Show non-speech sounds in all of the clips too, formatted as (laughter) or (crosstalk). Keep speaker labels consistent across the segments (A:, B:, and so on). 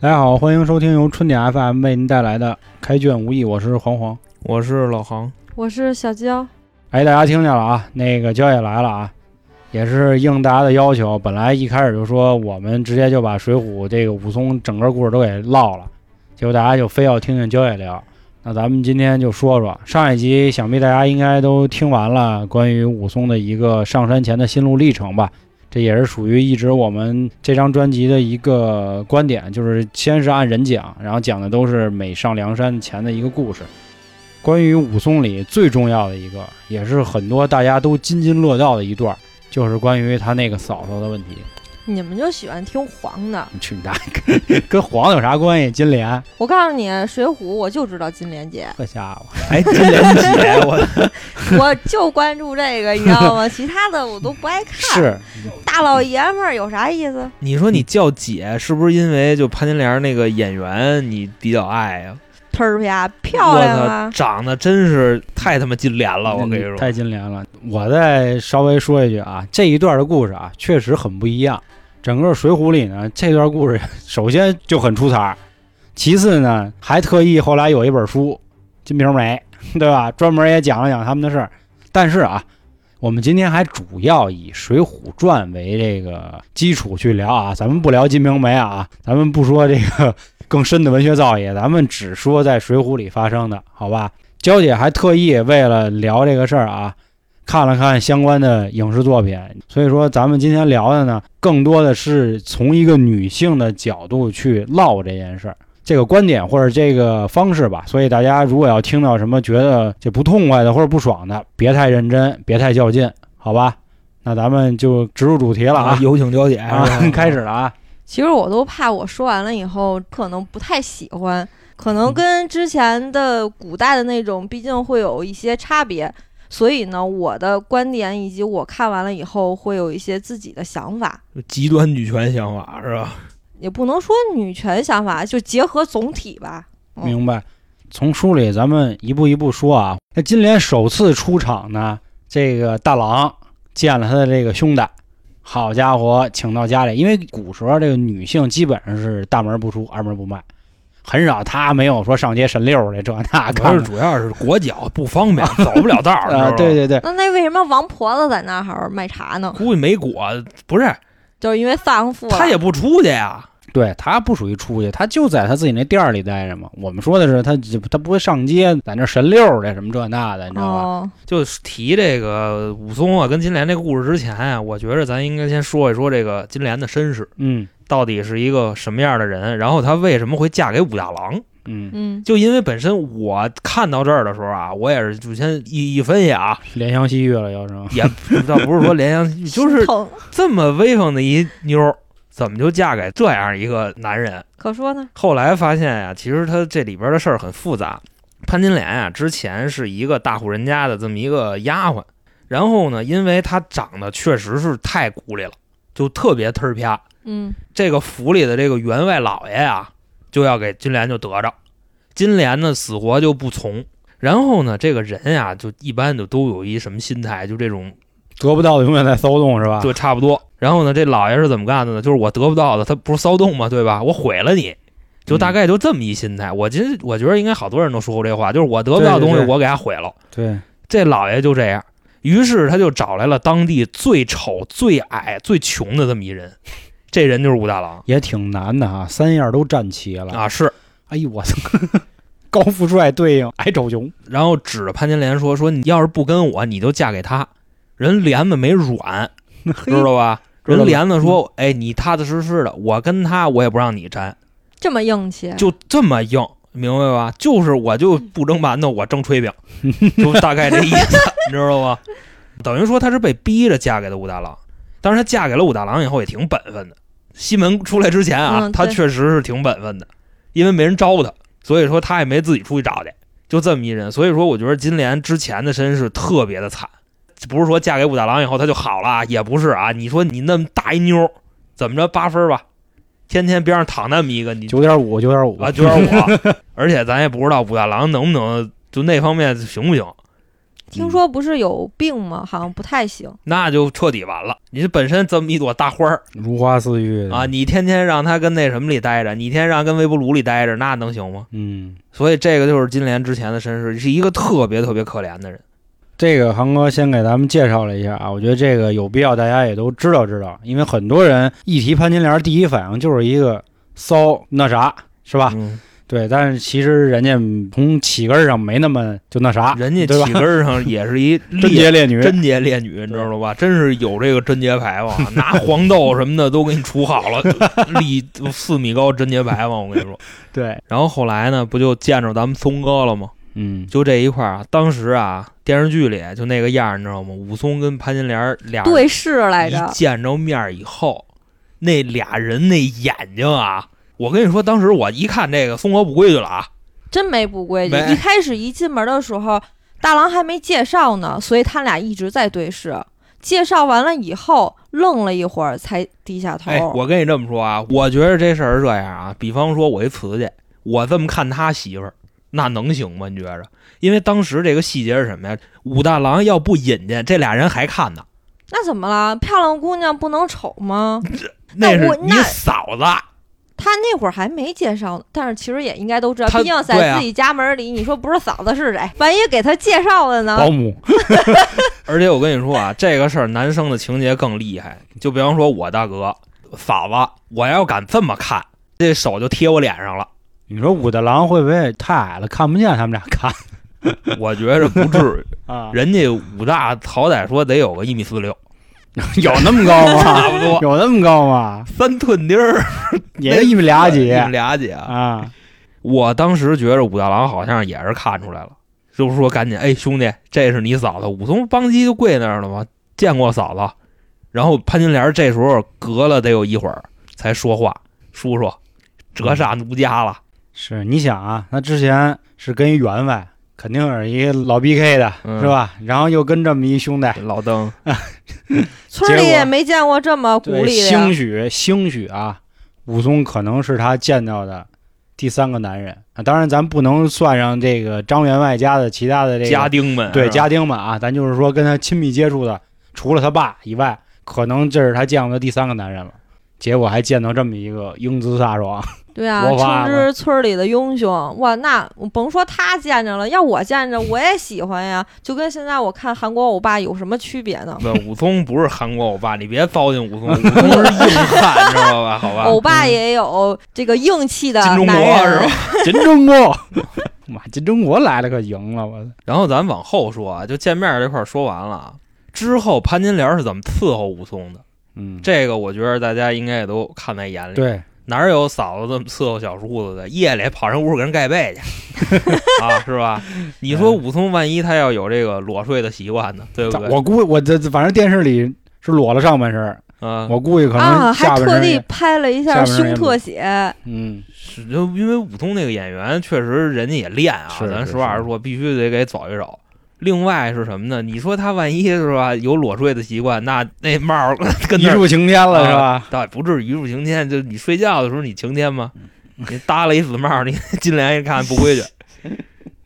A: 大家好，欢迎收听由春点 FM 为您带来的《开卷无益》，我是黄黄。
B: 我是老航，
C: 我是小娇，
A: 哎，大家听见了啊，那个焦也来了啊，也是应大家的要求。本来一开始就说我们直接就把《水浒》这个武松整个故事都给唠了，结果大家就非要听听焦也聊。那咱们今天就说说上一集，想必大家应该都听完了关于武松的一个上山前的心路历程吧。这也是属于一直我们这张专辑的一个观点，就是先是按人讲，然后讲的都是每上梁山前的一个故事。关于武松里最重要的一个，也是很多大家都津津乐道的一段，就是关于他那个嫂嫂的问题。
C: 你们就喜欢听黄的。
A: 你去你大爷，跟黄有啥关系？金莲，，
C: 我告诉你，《水浒》我就知道金莲姐
A: (laughs)
C: (laughs)
A: 这家伙，哎，金莲姐，我
C: 我就关注这个，你知 (laughs) 道吗？其他的我都不爱看。
A: 是
C: 大老爷们儿有啥意思？
B: 你说你叫姐是不是因为就潘金莲那个演员你比较爱呀、
C: 忒儿啪
B: 我
C: 漂亮
B: 操，
C: 啊！
B: 长得真是太他妈金莲了，我跟你说
A: 太，金莲了。我再稍微说一句啊，这一段的故事啊，确实很不一样。整个《水浒》里呢，这段故事 (laughs) 首先就很出彩儿，其次呢，还特意后来有一本书《金瓶梅》，对吧？专门也讲了讲他们的事儿。但是啊，我们今天还主要以《水浒传》为这个基础去聊啊，咱们不聊《金瓶梅》啊，咱们不说这个更深的文学造诣，咱们只说在《水浒》里发生的，好吧？娇姐还特意为了聊这个事儿啊，看了看相关的影视作品，所以说咱们今天聊的呢，更多的是从一个女性的角度去唠这件事儿。这个观点或者这个方式吧，所以大家如果要听到什么觉得这不痛快的或者不爽的，别太认真，别太较劲，好吧？那咱们就直入主题了啊！
B: 有请娇姐
A: 啊，开始。了啊！
C: 其实我都怕我说完了以后，可能不太喜欢，可能跟之前的古代的那种，毕竟会有一些差别。所以呢，我的观点以及我看完了以后，会有一些自己的想法。
B: 极端女权想法是吧？
C: 也不能说女权想法，就结合总体吧。嗯
A: 明白。从书里咱们一步一步说啊。那金莲首次出场呢，这个大郎见了他的这个兄弟，好家伙，请到家里。因为古时候这个女性基本上是大门不出，二门不迈，很少她没有说上街神溜的这那
B: 可是
A: 个。
B: 主要是裹脚不
A: (laughs)
B: 方便，走不了道
A: 啊，
B: 儿。是吧
A: 对，对
B: (laughs)
A: 对，
C: 那那为什么王婆子在那儿还卖茶呢？
B: 估计没裹，不是
C: 就是因为丧父了。啊
B: 她也不出去呀。
A: 对她不属于出去，她就在她自己那店儿里待着嘛。我们说的是她，她不会上街，在那神溜的什么这那的，你知道吧？
B: 啊
C: 哦，
B: 就提这个武松啊跟金莲这故事之前啊，我觉着咱应该先说一说这个金莲的身世。
A: 嗯
B: 到底是一个什么样的人，然后她为什么会嫁给武大郎？
A: 嗯，
C: 嗯，
B: 就因为本身我看到这儿的时候啊，我也是就先一一分析啊，联
A: 怜香惜玉了，要是
B: 也倒不是说联想，就是
C: 疼。
B: 这么威风的一妞儿，怎么就嫁给这样一个男人？
C: 可说呢，
B: 后来发现呀、其实他这里边的事儿很复杂。潘金莲啊，之前是一个大户人家的这么一个丫鬟，然后呢，因为她长得确实是太孤立了，就特别忒儿啪，
C: 嗯，
B: 这个府里的这个员外老爷啊，就要给金莲就得着，金莲呢死活就不从。然后呢，这个人啊，就一般就都有一什么心态，就这种
A: 得不到的永远在骚动是吧？
B: 就差不多。然后呢，这老爷是怎么干的呢？就是我得不到的，他不是骚动嘛，对吧？我毁了你，就大概就这么一心态。我其实我觉得应该好多人都说过这话，就是我得不到的
A: 对
B: 东西
A: 对，对
B: 我给他毁了。
A: 对，
B: 这老爷就这样，于是他就找来了当地最丑、最矮、最穷的这么一人，这人就是武大郎
A: 也挺难的啊，三样都占齐了。
B: 啊，是
A: 哎呦我操， (laughs) 高富帅对应矮丑穷，
B: 然后指着潘金莲说：“说你要是不跟我，你就嫁给他。”人帘子没软，知道吧？
A: 知道了
B: 人帘子说：“哎，你踏踏实实的，我跟他我也不让你沾，
C: 这么硬气，
B: 就这么硬，明白吧？就是我就不蒸馒头，我蒸炊
C: (laughs)
B: 饼，就大概这意思，你知道吗？ (laughs) 等于说她是被逼着嫁给的武大郎。但是她嫁给了武大郎以后，也挺本分的。西门出来之前啊，
C: 嗯
B: 她
C: 对
B: 确实是挺本分的，因为没人招她，所以说她也没自己出去找去，就这么一人。所以说，我觉得金莲之前的身世特别的惨，不是说嫁给武大郎以后她就好了啊，也不是啊。你说你那么大一妞儿，怎么着八分吧，天天边上躺那么一个，你
A: 九点五，九点
B: (laughs)
A: 五
B: 啊啊，就是我，而且咱也不知道武大郎能不能就那方面行不行，
C: 听说不是有病吗？好像不太行。
B: 那就彻底完了。你这本身这么一朵大花儿
A: (laughs) 如花似玉的
B: 啊，，你天天让它跟那什么里待着，你天天让它跟微波炉里待着，那能行吗？
A: 嗯，
B: 所以这个就是金莲之前的身世，是一个特别特别可怜的人。
A: 这个航哥先给咱们介绍了一下啊，我觉得这个有必要大家也都知道知道，因为很多人一提潘金莲，第一反应就是一个骚那啥，是吧？
B: 嗯，
A: 对，但是其实人家从起根儿上没那么就那啥，
B: 人家
A: 啊对吧
B: 起根儿上也是一
A: (laughs) 贞
B: 烈
A: 洁烈女，
B: 贞洁烈女，你知道吧？真是有这个贞洁牌坊，拿黄豆什么的都给你除好了， (laughs) 立四米高贞洁牌坊，我跟你说。
A: 对，
B: 然后后来呢，不就见着咱们松哥了吗？
A: 嗯，
B: 就这一块儿啊，当时啊，电视剧里就那个样儿，你知道吗？武松跟潘金莲儿俩人
C: 对视来
B: 一
C: 着，
B: 见着面儿以后，那俩人那眼睛啊，我跟你说，当时我一看这个松哥不规矩了啊，
C: 真没不规矩。
B: 没
C: 一开始一进门的时候，大郎还没介绍呢，所以他俩一直在对视。介绍完了以后，愣了一会儿，才低下头。
B: 哎，我跟你这么说啊，我觉得这事儿是这样啊，比方说我一瓷去，我这么看他媳妇儿，那能行吗？你觉着？因为当时这个细节是什么呀？武大郎要不引进，这俩人还看呢，
C: 那怎么了？漂亮姑娘不能丑吗？那
B: 是
C: 我
B: 你
C: 那
B: 嫂子。
C: 他那会儿还没介绍呢，但是其实也应该都知道，
B: 他
C: 毕竟
B: 对
C: 在
B: 啊
C: 自己家门里，你说不是嫂子是谁？万一给他介绍了呢？
B: 哦
A: 保姆，
B: 而且我跟你说啊，这个事儿男生的情节更厉害。就比方说我大哥嫂子，我要敢这么看，这手就贴我脸上了。
A: 你说武大郎会不会太矮了，看不见他们俩看
B: 我觉着不至于，
A: 啊？
B: 人家武大好歹说得有个一米四六，
A: (laughs) 有那么高吗？
B: 差不多
A: (laughs) 有那么高 (laughs) 吗？
B: 三寸丁儿，
A: 也就一米俩几
B: 一米 (laughs) 俩几啊！
A: 啊？
B: 我当时觉着武大郎好像也是看出来了，就是说赶紧，哎兄弟，这是你嫂子，武松邦基就跪那儿了嘛，见过嫂子。然后潘金莲这时候隔了得有一会儿才说话，叔叔，折煞奴家了。
A: 是你想啊，他之前是跟一员外，肯定是一老 BK 的，
B: 嗯
A: 是吧？然后又跟这么一兄弟，
B: 哎老登，
C: 村
A: 结
C: 里
A: 果
C: 也没见过这么
A: 对
C: 鼓励的呀
A: 兴。许兴许啊，武松可能是他见到的第三个男人啊。当然，咱不能算上这个张员外家的其他的这个
B: 家丁们
A: 对
B: 是吧
A: 家丁们啊，咱就是说跟他亲密接触的，除了他爸以外，可能这是他见过的第三个男人了。结果还见到这么一个英姿飒爽，
C: 对啊，
A: 我
C: 称
A: 爸
C: 之村里的英雄哇！那我甭说他见着了，要我见着我也喜欢呀。就跟现在我看韩国欧巴有什么区别呢？
B: 不，武松不是韩国欧巴，你别糟践武松，武松是硬汉，知道吧？好吧，
C: 欧巴也有这个硬气哦的
B: 新嗯中国
C: 男
B: 是
C: 人
B: 吧，？
A: 金中 (laughs) 国，妈，金中国来了可赢了，我操！
B: 然后咱往后说啊，就见面这块儿说完了啊。之后潘金莲是怎么伺候武松的？
A: 嗯，
B: 这个我觉得大家应该也都看在眼里。
A: 对，
B: 哪有嫂子这么伺候小叔子的？夜里跑人屋给人盖被去
A: (laughs)
B: 啊，是吧？你说武松万一他要有这个裸睡的习惯呢，对不对？
A: 我估计我这反正电视里是裸了上半身儿，
B: 啊，
A: 我估计可
C: 啊，
A: 能
C: 还
A: 下半
C: 特
A: 身
C: 地
A: 也，
C: 拍了一
A: 下
C: 下
A: 半身也
C: 胸特写，
A: 嗯，
B: 是就因为武松那个演员确实人家也练啊，
A: 是
B: 咱
A: 是
B: 实话实
A: 是
B: 说，必须得给走一手。另外是什么呢？你说他万一是吧有裸睡的习惯，那那帽儿跟
A: 一
B: 那儿
A: 柱擎天了是吧？
B: 倒也不至于一柱擎天，就你睡觉的时候你晴天吗？
A: 嗯
B: 你搭了一死帽儿，你 (laughs) 金莲一看不规
A: (laughs)
B: 矩，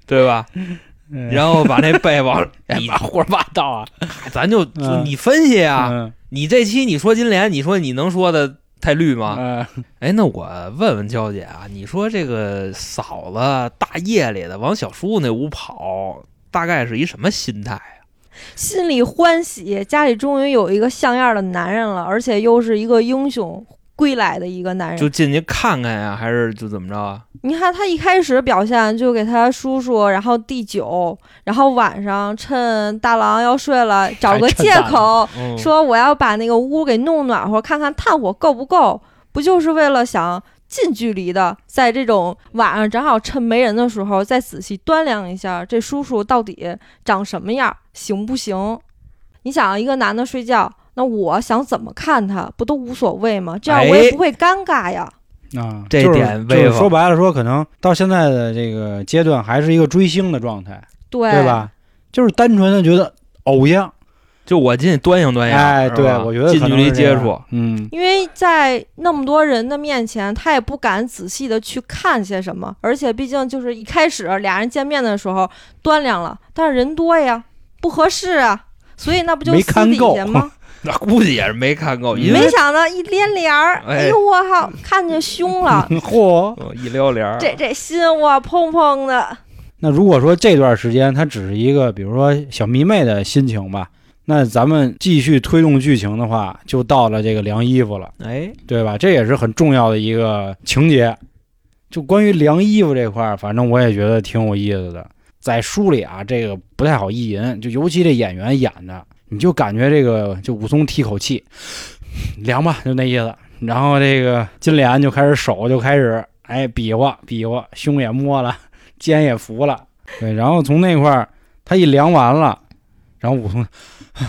B: 对吧？
A: 嗯
B: 然后把那被往
A: (laughs) 哎
B: 你
A: 妈，胡说八道啊！
B: 咱就就你分析啊，
A: 嗯
B: 你这期你说金莲，你说你能说的太绿吗？
A: 嗯
B: 哎，那我问问娇姐啊，你说这个嫂子大夜里的往小叔那屋跑，大概是一什么心态啊？
C: 心里欢喜，家里终于有一个像样的男人了，而且又是一个英雄归来的一个男人
B: 就。进去看看呀、还是就怎么着啊？
C: 你看他一开始表现就给他叔叔，然后递酒，然后晚上趁大郎要睡了，找个借口
B: 嗯，
C: 说我要把那个屋给弄暖和，看看炭火够不够，不就是为了想近距离的在这种晚上正好趁没人的时候再仔细端量一下这叔叔到底长什么样，行不行？你想一个男的睡觉，那我想怎么看他不都无所谓吗？这样我
B: 哎
C: 也不会尴尬呀。
A: 啊，
B: 这
A: 就是
B: 点
A: 就是
B: 威风
A: 说白了说，可能到现在的这个阶段还是一个追星的状态，
C: 对
A: 对？吧？就是单纯的觉得偶像，
B: 就我进去端详端详，
A: 哎，
B: 是
A: 对
B: 吧，
A: 我觉得
B: 近
A: 可
B: 距
A: 能
B: 离
A: 是这
B: 接
A: 样
B: 触，，
A: 嗯，
C: 因为在那么多人的面前，他也不敢仔细的去看些什么，而且毕竟就是一开始俩人见面的时候端量了，但是人多呀，不合适啊，所以那不就
A: 没
C: 私
A: 看
C: 底
A: 够，
B: (laughs)
C: 下吗？
B: 那估计也是没看够，因
C: 没
B: 为
C: 想到一连帘儿，
B: 哎
C: 哎呦我靠，看着凶了
B: (laughs)
A: (laughs) 嚯！
B: 嗯一撩帘儿，
C: 这这心哇砰砰的。
A: 那如果说这段时间它只是一个，比如说小迷妹的心情吧，那咱们继续推动剧情的话，就到了这个晾衣服了，
B: 哎，
A: 对吧？这也是很重要的一个情节。就关于晾衣服这块儿，反正我也觉得挺有意思的。在书里啊，这个不太好意淫，就尤其这演员演的，你就感觉这个就武松提口气，凉吧，就那意思。然后这个金莲就开始手就开始哎比划比划，胸也摸了，肩也扶了，对。然后从那块儿他一量完了，然后武松 (sighs)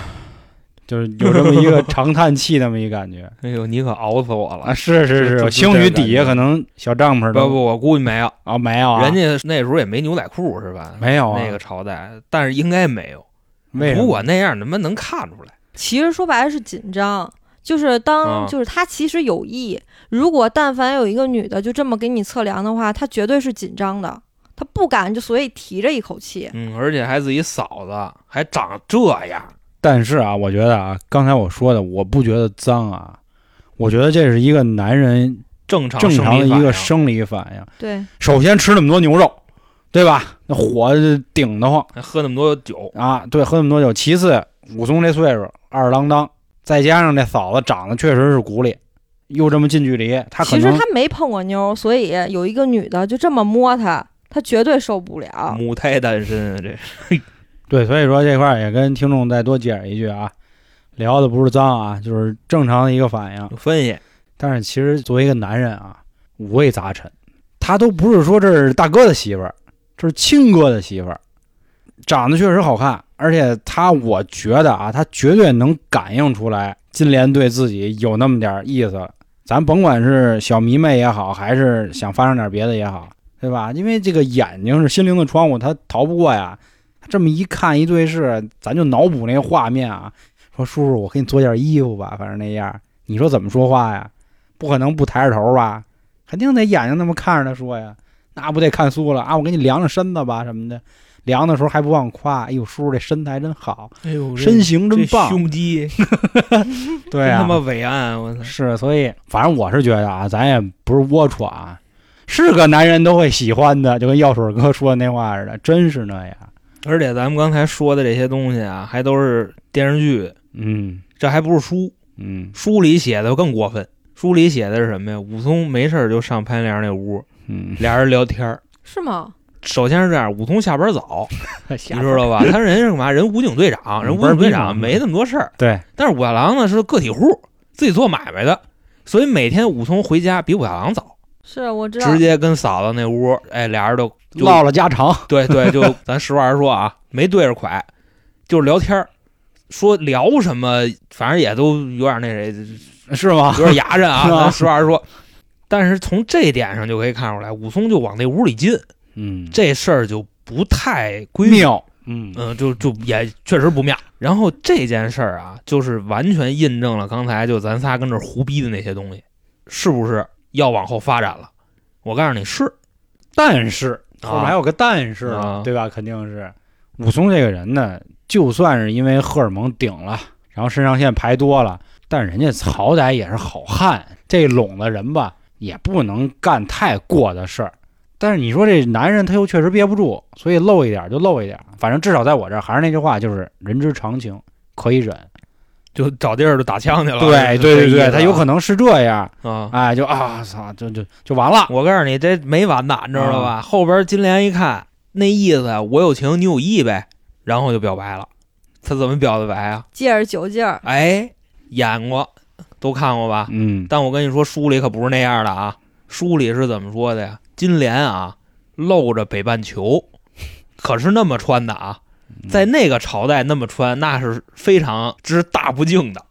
A: 就是有这么一个 (laughs) 长叹气那么一感觉
B: 哎呦，你可熬死我
A: 啊，
B: 了！
A: 是是，
B: 就是就
A: 我兴
B: 这
A: 许
B: 种感
A: 底下
B: 觉
A: 可能小帐篷
B: 不
A: 都
B: 不，我估计没有，
A: 啊没有啊，
B: 人家那时候也没牛仔裤是吧？
A: 没有啊，
B: 那个朝代，但是应该没有。
A: 为什
B: 如
A: 么
B: 果那样，他妈能看出来。
C: 其实说白了是紧张，就是当、
B: 啊
C: 就是他其实有意，如果但凡有一个女的就这么给你测量的话，她绝对是紧张的，她不敢就所以提着一口气。
B: 嗯，而且还自己嫂子还长这样，
A: 但是啊，我觉得啊，刚才我说的，我不觉得脏啊，我觉得这是一个男人
B: 正常
A: 正常的一个
B: 啊生
A: 生理反应。
C: 对，
A: 首先吃那么多牛肉，对吧？那火顶得慌
B: 理反应还喝那么多酒，
A: 啊！对，喝那么多酒。其次，武松这岁数二十郎当，再加上这嫂子长得确实是骨里，又这么近距离，他可
C: 其实
A: 能
C: 她没碰过妞，所以有一个女的就这么摸她，她绝对受不了。
B: 母胎单身啊，这
A: 对，所以说这块儿也跟听众再多解释一句啊，聊的不是脏啊，就是正常的一个反应。
B: 有分析。
A: 但是其实作为一个男人啊，五味杂陈，他都不是说这是大哥的媳妇儿，这是亲哥的媳妇儿，长得确实好看，而且他我觉得啊，他绝对能感应出来金莲对自己有那么点儿意思了。咱甭管是小迷妹也好，还是想发生点别的也好，对吧？因为这个眼睛是心灵的窗户，他逃不过呀。他这么一看一对视，咱就脑补那个画面啊，说叔叔，我给你做件衣服吧，反正那样，你说怎么说话呀？不可能不抬着头吧？肯定得眼睛那么看着他说呀，那不得看酥了啊？我给你量量身子吧什么的，量的时候还不忘夸，哎呦，叔叔这身材真好，
B: 哎呦
A: 身形真棒，
B: 胸肌
A: 对
B: 真
A: 啊，
B: 他妈伟岸，我操！
A: 是，所以反正我是觉得啊，咱也不是龌龊啊，是个男人都会喜欢的，就跟药水哥说的那话似的，真是那样。
B: 而且咱们刚才说的这些东西啊，还都是电视剧，
A: 嗯
B: 这还不是书，
A: 嗯
B: 书里写的更过分。书里写的是什么呀？武松没事儿就上潘良那屋， (laughs)
A: 嗯，
B: 俩人聊天儿。
C: 是吗？
B: 首先是这样，武松下班早，
A: 你
B: 你知道吧？他人是干嘛？人武警队长，人武警队长没那么多事儿。
A: 对，
B: 但是武大郎呢是个体户，自己做买卖的，所以每天武松回家比武大郎早，
C: 是我知道
B: 直，接跟嫂子那屋，哎，俩人都就
A: 唠了家常，
B: 对对，就咱实话实说啊，没对着蒯，就是聊天儿，说聊什么，反正也都有点那谁，
A: 是
B: (laughs)
A: 吗？
B: 有点牙碜
A: (laughs)
B: 啊，
A: 是吧
B: 咱实话实说。但是从这点上就可以看出来，武松就往那屋里进，
A: 嗯，
B: 这事儿就不太规律，
A: 妙，嗯
B: 嗯，就就也确实不妙。然后这件事儿啊，就是完全印证了刚才就咱仨跟这儿胡逼的那些东西，是不是要往后发展了？我告诉你是，
A: 但是后面还有个但是呢，
B: 啊
A: 对吧？肯定是武松这个人呢，就算是因为荷尔蒙顶了，然后肾上腺排多了，但人家好歹也是好汉，这拢的人吧，也不能干太过的事儿。但是你说这男人他又确实憋不住，所以漏一点就漏一点，反正至少在我这儿还是那句话，就是人之常情，可以忍。
B: 就找地儿就打枪去了。
A: 对
B: 是
A: 对对
B: 这意
A: 对，
B: 思
A: 他有
B: 啊
A: 可能是这样，
B: 啊。
A: 哎，就啊操，就就就完了。
B: 我告诉你，这没完呢，你知道
A: 啊
B: 吧？后边金莲一看那意思，我有情你有意呗，然后就表白了。他怎么表的白啊？
C: 借着酒劲儿，
B: 哎，演过，都看过吧？
A: 嗯，
B: 但我跟你说，书里可不是那样的啊。书里是怎么说的呀？金莲啊，露着北半球，可是那么穿的啊，在那个朝代那么穿，那是非常之大不敬的。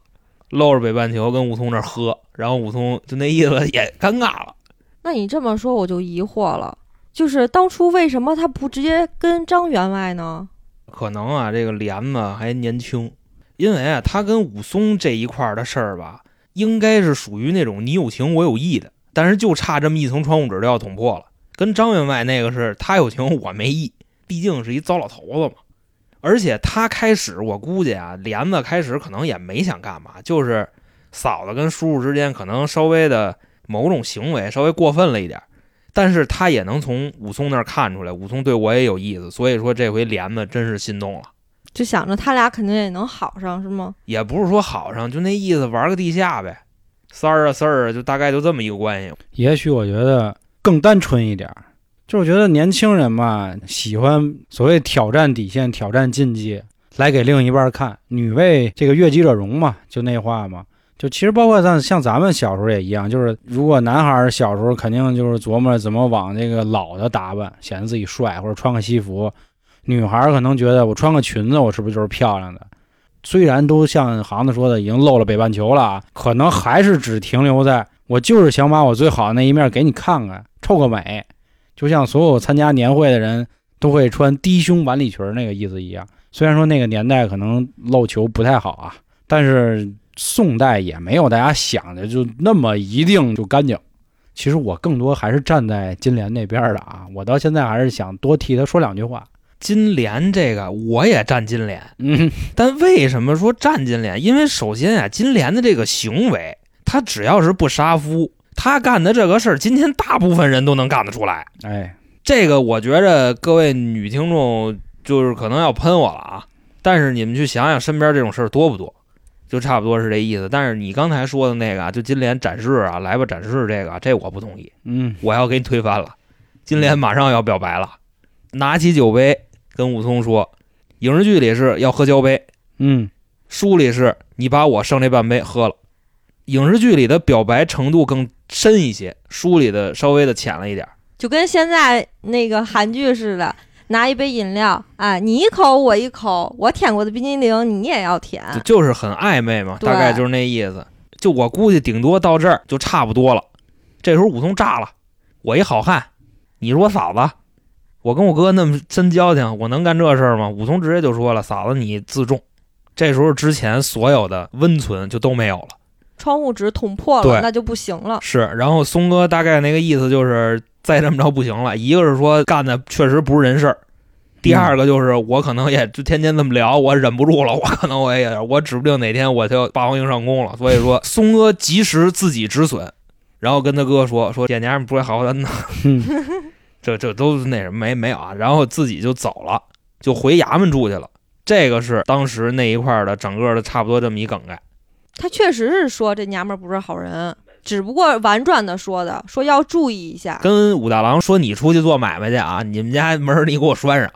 B: 露着北半球跟武松这儿喝，然后武松就那意思也尴尬了。
C: 那你这么说我就疑惑了，就是当初为什么她不直接跟张员外呢？
B: 可能啊，这个莲子还年轻，因为啊，他跟武松这一块儿的事儿吧，应该是属于那种你有情我有意的，但是就差这么一层窗户纸就要捅破了。跟张员外那个是他有情我没意，毕竟是一糟老头子嘛。而且他开始，我估计啊，莲子开始可能也没想干嘛，就是嫂子跟叔叔之间可能稍微的某种行为稍微过分了一点儿，但是他也能从武松那儿看出来，武松对我也有意思，所以说这回莲子真是心动了。
C: 就想着他俩肯定也能好上，是吗？
B: 也不是说好上，就那意思玩个地下呗，三儿啊四儿啊，就大概就这么一个关系。
A: 也许我觉得更单纯一点儿，就是觉得年轻人嘛，喜欢所谓挑战底线、挑战禁忌，来给另一半看。女为这个悦己者容嘛，就那话嘛。就其实包括像像咱们小时候也一样，就是如果男孩儿小时候肯定就是琢磨怎么往这个老的打扮，显得自己帅，或者穿个西服；女孩儿可能觉得我穿个裙子，我是不是就是漂亮的？虽然都像航子说的已经露了北半球了啊，可能还是只停留在我就是想把我最好的那一面给你看看，臭个美，就像所有参加年会的人都会穿低胸晚礼裙那个意思一样。虽然说那个年代可能露球不太好啊，但是宋代也没有大家想的就那么一定就干净。其实我更多还是站在金莲那边的啊，我到现在还是想多替他说两句话。
B: 金莲这个我也站金莲，
A: 嗯，
B: 但为什么说站金莲？因为首先啊，金莲的这个行为，他只要是不杀夫，他干的这个事儿，今天大部分人都能干得出来。
A: 哎，
B: 这个我觉着各位女听众就是可能要喷我了啊，但是你们去想想身边这种事儿多不多，就差不多是这意思。但是你刚才说的那个啊，就金莲展示啊，来吧展示这个啊，这我不同意。
A: 嗯，
B: 我要给你推翻了。金莲马上要表白了，拿起酒杯跟武松说：“影视剧里是要喝交杯，
A: 嗯，
B: 书里是你把我剩这半杯喝了。”影视剧里的表白程度更深一些，书里的稍微的浅了一点。
C: 就跟现在那个韩剧似的，拿一杯饮料，哎，你一口我一口，我舔过的冰激凌你也要舔，
B: 就就是很暧昧嘛，
C: 对
B: 大概就是那意思。就我估计顶多到这儿就差不多了。这时候武松炸了，我一好汉，你是我嫂子，我跟我哥那么深交情，我能干这事儿吗？武松直接就说了，嫂子你自重。这时候之前所有的温存就都没有了。
C: 窗户纸捅破
B: 对
C: 了，那就不行了。
B: 是，然后松哥大概那个意思就是再这么着不行了，一个是说干的确实不是人事儿。第二个就是我可能也就天天这么聊，我忍不住了，我可能我也我指不定哪天我就霸王硬上弓了。所以说，松哥及时自己止损，然后跟他哥说说姐娘们不会好好的呢，
A: 嗯
B: (laughs) 这这都是那什么没没有啊，然后自己就走了，就回衙门住去了。这个是当时那一块儿的整个的差不多这么一梗啊概。
C: 他确实是说这娘们儿不是好人，只不过婉转的说的，说要注意一下。
B: 跟武大郎说：“你出去做买卖去啊，你们家门儿你给我拴上，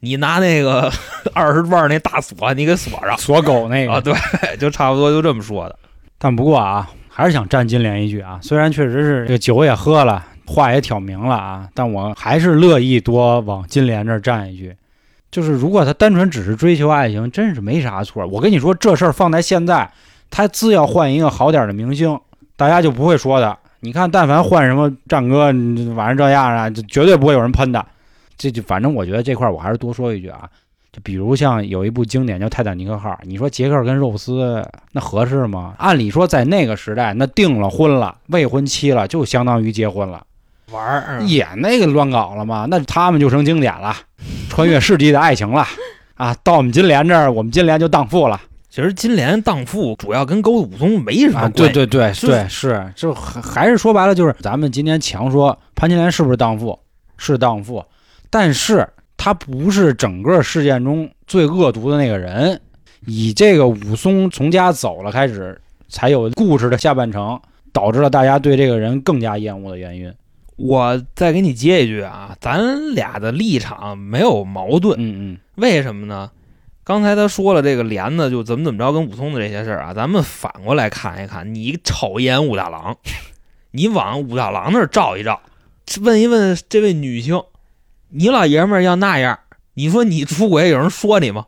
B: 你拿那个 (laughs) 二十万那大锁你给锁上
A: 锁狗那个
B: 啊。”对， (laughs) 就差不多就这么说的。
A: 但不过啊，还是想站金莲一句啊，虽然确实是这个酒也喝了，话也挑明了啊，但我还是乐意多往金莲这儿站一句。就是如果他单纯只是追求爱情，真是没啥错。我跟你说，这事儿放在现在，他只要换一个好点儿的明星，大家就不会说的。你看，但凡换什么战哥，你晚上这样啊，就绝对不会有人喷的。这就反正我觉得这块儿我还是多说一句啊，就比如像有一部经典叫《泰坦尼克号》，你说杰克跟肉丝那合适吗？按理说在那个时代，那订了婚了，未婚妻了，就相当于结婚了，
B: 玩儿
A: 也那个乱搞了嘛。那他们就成经典了，穿越世纪的爱情了啊！到我们金莲这儿，我们金莲就荡妇了
B: 其实金莲荡妇主要跟勾武松没什
A: 啊！
B: 么
A: 对
B: 关系，
A: 对对
B: 是
A: 对，是就还还是说白了，就是咱们今天强说潘金莲是不是荡妇，是荡妇，但是她不是整个事件中最恶毒的那个人。以这个武松从家走了开始，才有故事的下半程，导致了大家对这个人更加厌恶的原因。
B: 我再给你接一句啊，咱俩的立场没有矛盾，
A: 嗯嗯，
B: 为什么呢？刚才他说了这个莲子就怎么怎么着跟武松的这些事儿啊，咱们反过来看一看，你瞅一眼武大郎， (laughs) 你往武大郎那儿照一照，问一问这位女性，你老爷们儿要那样，你说你出轨有人说你吗？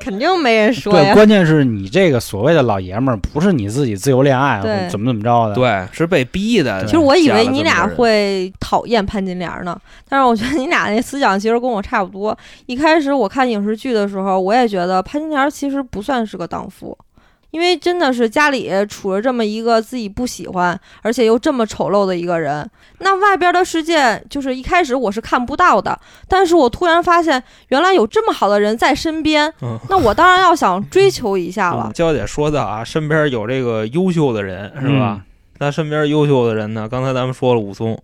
C: 肯定没人说
A: 对，
C: 呀。
A: 关键是你这个所谓的老爷们儿，不是你自己自由恋爱啊
C: 对
A: 怎么怎么着的。
B: 对，是被逼的。
C: 其实我以为你
B: 嫁
C: 俩
B: 嗯了这么多人，
C: 会讨厌潘金莲呢，但是我觉得你俩那思想其实跟我差不多。一开始我看影视剧的时候，我也觉得潘金莲其实不算是个荡妇，因为真的是家里处着这么一个自己不喜欢，而且又这么丑陋的一个人，那外边的世界就是一开始我是看不到的，但是我突然发现原来有这么好的人在身边，
B: 嗯
C: 那我当然要想追求一下了。
B: 娇嗯姐说的啊，身边有这个优秀的人是
A: 嗯
B: 吧？那身边优秀的人呢？刚才咱们说了武松，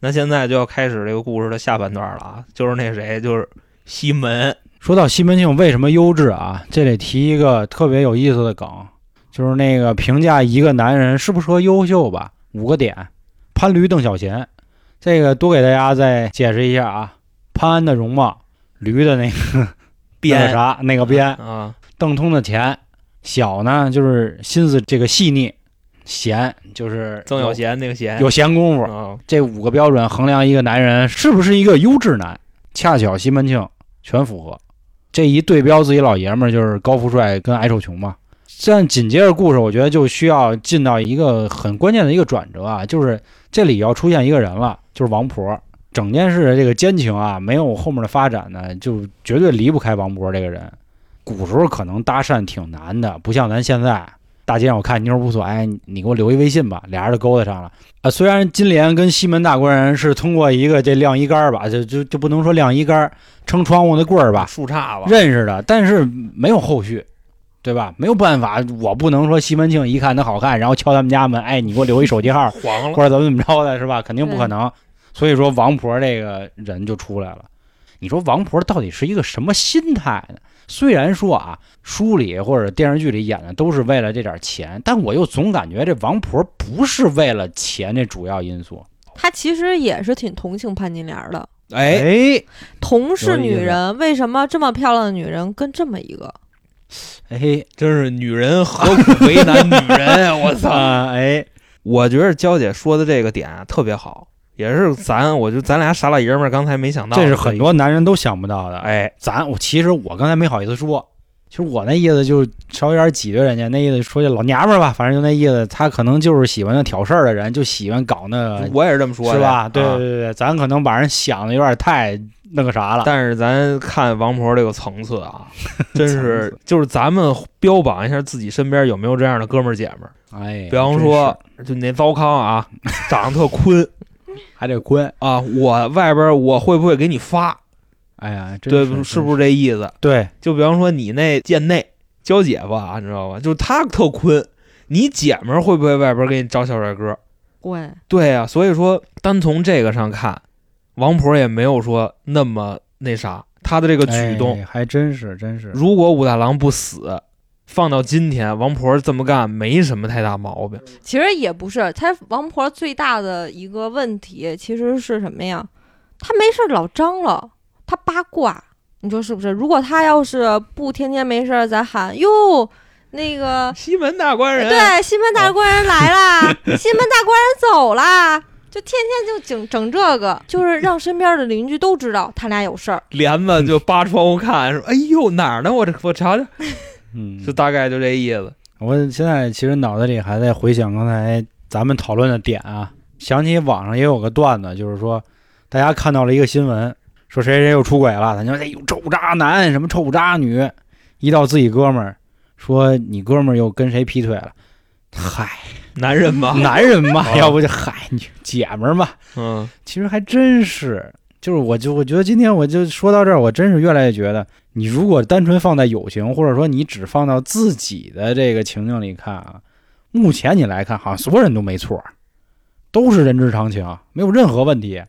B: 那现在就要开始这个故事的下半段了啊，就是那谁，就是西门，
A: 说到西门庆为什么优质啊，这得提一个特别有意思的梗，就是那个评价一个男人适不适合优秀吧，五个点，潘驴邓小闲，这个多给大家再解释一下啊，潘安的容貌，驴的那个那个
B: 编
A: 啥那个鞭，
B: 啊，
A: 邓通的钱，小呢就是心思这个细腻，闲就是
B: 曾小贤那个贤
A: 有闲嗯工夫，
B: 啊，
A: 这五个标准衡量一个男人是不是一个优质男，恰巧西门庆全符合。这一对标自己老爷们儿就是高富帅跟矮丑穷嘛。但紧接着故事，我觉得就需要进到一个很关键的一个转折啊，就是这里要出现一个人了，就是王婆。整件事的这个奸情啊，没有后面的发展呢，就绝对离不开王婆这个人。古时候可能搭讪挺难的，不像咱现在，大街上我看妞儿不错，哎，你给我留一微信吧，俩人就勾搭上了。啊，虽然金莲跟西门大官人是通过一个这晾衣杆儿吧，就就就不能说晾衣杆儿，撑窗户那棍儿吧，
B: 树杈子，
A: 认识的，但是没有后续，对吧？没有办法，我不能说西门庆一看他好看，然后敲他们家门，哎，你给我留一手机号， (laughs)
B: 黄了，
A: 或者怎么怎么着的，是吧？肯定不可能。所以说王婆这个人就出来了。你说王婆到底是一个什么心态呢？虽然说啊，书里或者电视剧里演的都是为了这点钱，但我又总感觉这王婆不是为了钱这主要因素。
C: 他其实也是挺同情潘金莲的，
B: 哎，
A: 哎
C: 同是女
A: 有意思
C: 人，为什么这么漂亮的女人跟这么一个？
A: 哎
B: 真是女人何 (laughs) 苦为难女人？我操！
A: 啊哎，
B: (laughs) 我觉得娇姐说的这个点啊特别好，也是咱，我就咱俩傻老爷们儿刚才没想到，
A: 这是很多男人都想不到的。哎，
B: 哎，
A: 咱我其实我刚才没好意思说，其实我那意思就是稍微有点挤兑人家，那意思说这老娘们儿吧，反正就那意思，她可能就是喜欢那挑事儿的人，就喜欢搞那
B: 我也是这么说的，
A: 是吧？对对
B: 啊
A: 对对，咱可能把人想的有点太那个啥了。
B: (laughs) 但是咱看王婆这个层次
A: (laughs)
B: 啊，真
A: 层
B: 是
A: 次
B: 就是咱们标榜一下自己身边有没有这样的哥们儿姐们儿，
A: 哎，
B: 比方说就那糟
A: (laughs)
B: 糠啊，长得特坤
A: 真是还得坤，
B: 啊，我外边儿我会不会给你发，
A: 哎呀，真
B: 对，
A: 是
B: 是
A: 是？
B: 不是这意思？
A: 对，
B: 就比方说你那贱内娇姐夫啊，你知道吧？就是她特坤，你姐们儿会不会外边儿给你找小帅哥？
C: 对，
B: 对呀、所以说单从这个上看，王婆也没有说那么那啥，她的这个举动。
A: 哎还真是真是。
B: 如果武大郎不死，放到今天，王婆这么干没什么太大毛病。
C: 其实也不是，她王婆最大的一个问题其实是什么呀？她没事儿老张罗，她八卦，你说是不是？如果她要是不天天没事儿在喊哟，那个
B: 西门大官人，
C: 对，西门大官人来啦，
A: (laughs)
C: 西门大官人走啦，就天天就整整这个，就是让身边的邻居都知道他俩有事儿。
B: 帘子就扒窗户看，说：“哎呦，哪儿呢？我这我瞧瞧。”
A: 嗯
B: 就，大概就这意思。
A: 我现在其实脑子里还在回想刚才咱们讨论的点啊，想起网上也有个段子，就是说大家看到了一个新闻，说谁谁又出轨了，咱就哎呦臭渣男，什么臭渣女，一到自己哥们儿说你哥们儿又跟谁劈腿了，嗨，
B: 男人嘛，
A: (laughs) 男人嘛，
B: 啊
A: 要不就嗨你姐们儿嘛，
B: 嗯，
A: 其实还真是，就是我就我觉得今天我就说到这儿，我真是越来越觉得，你如果单纯放在友情，或者说你只放到自己的这个情境里看啊，目前你来看，好像所有人都没错，都是人之常情，没有任何问题。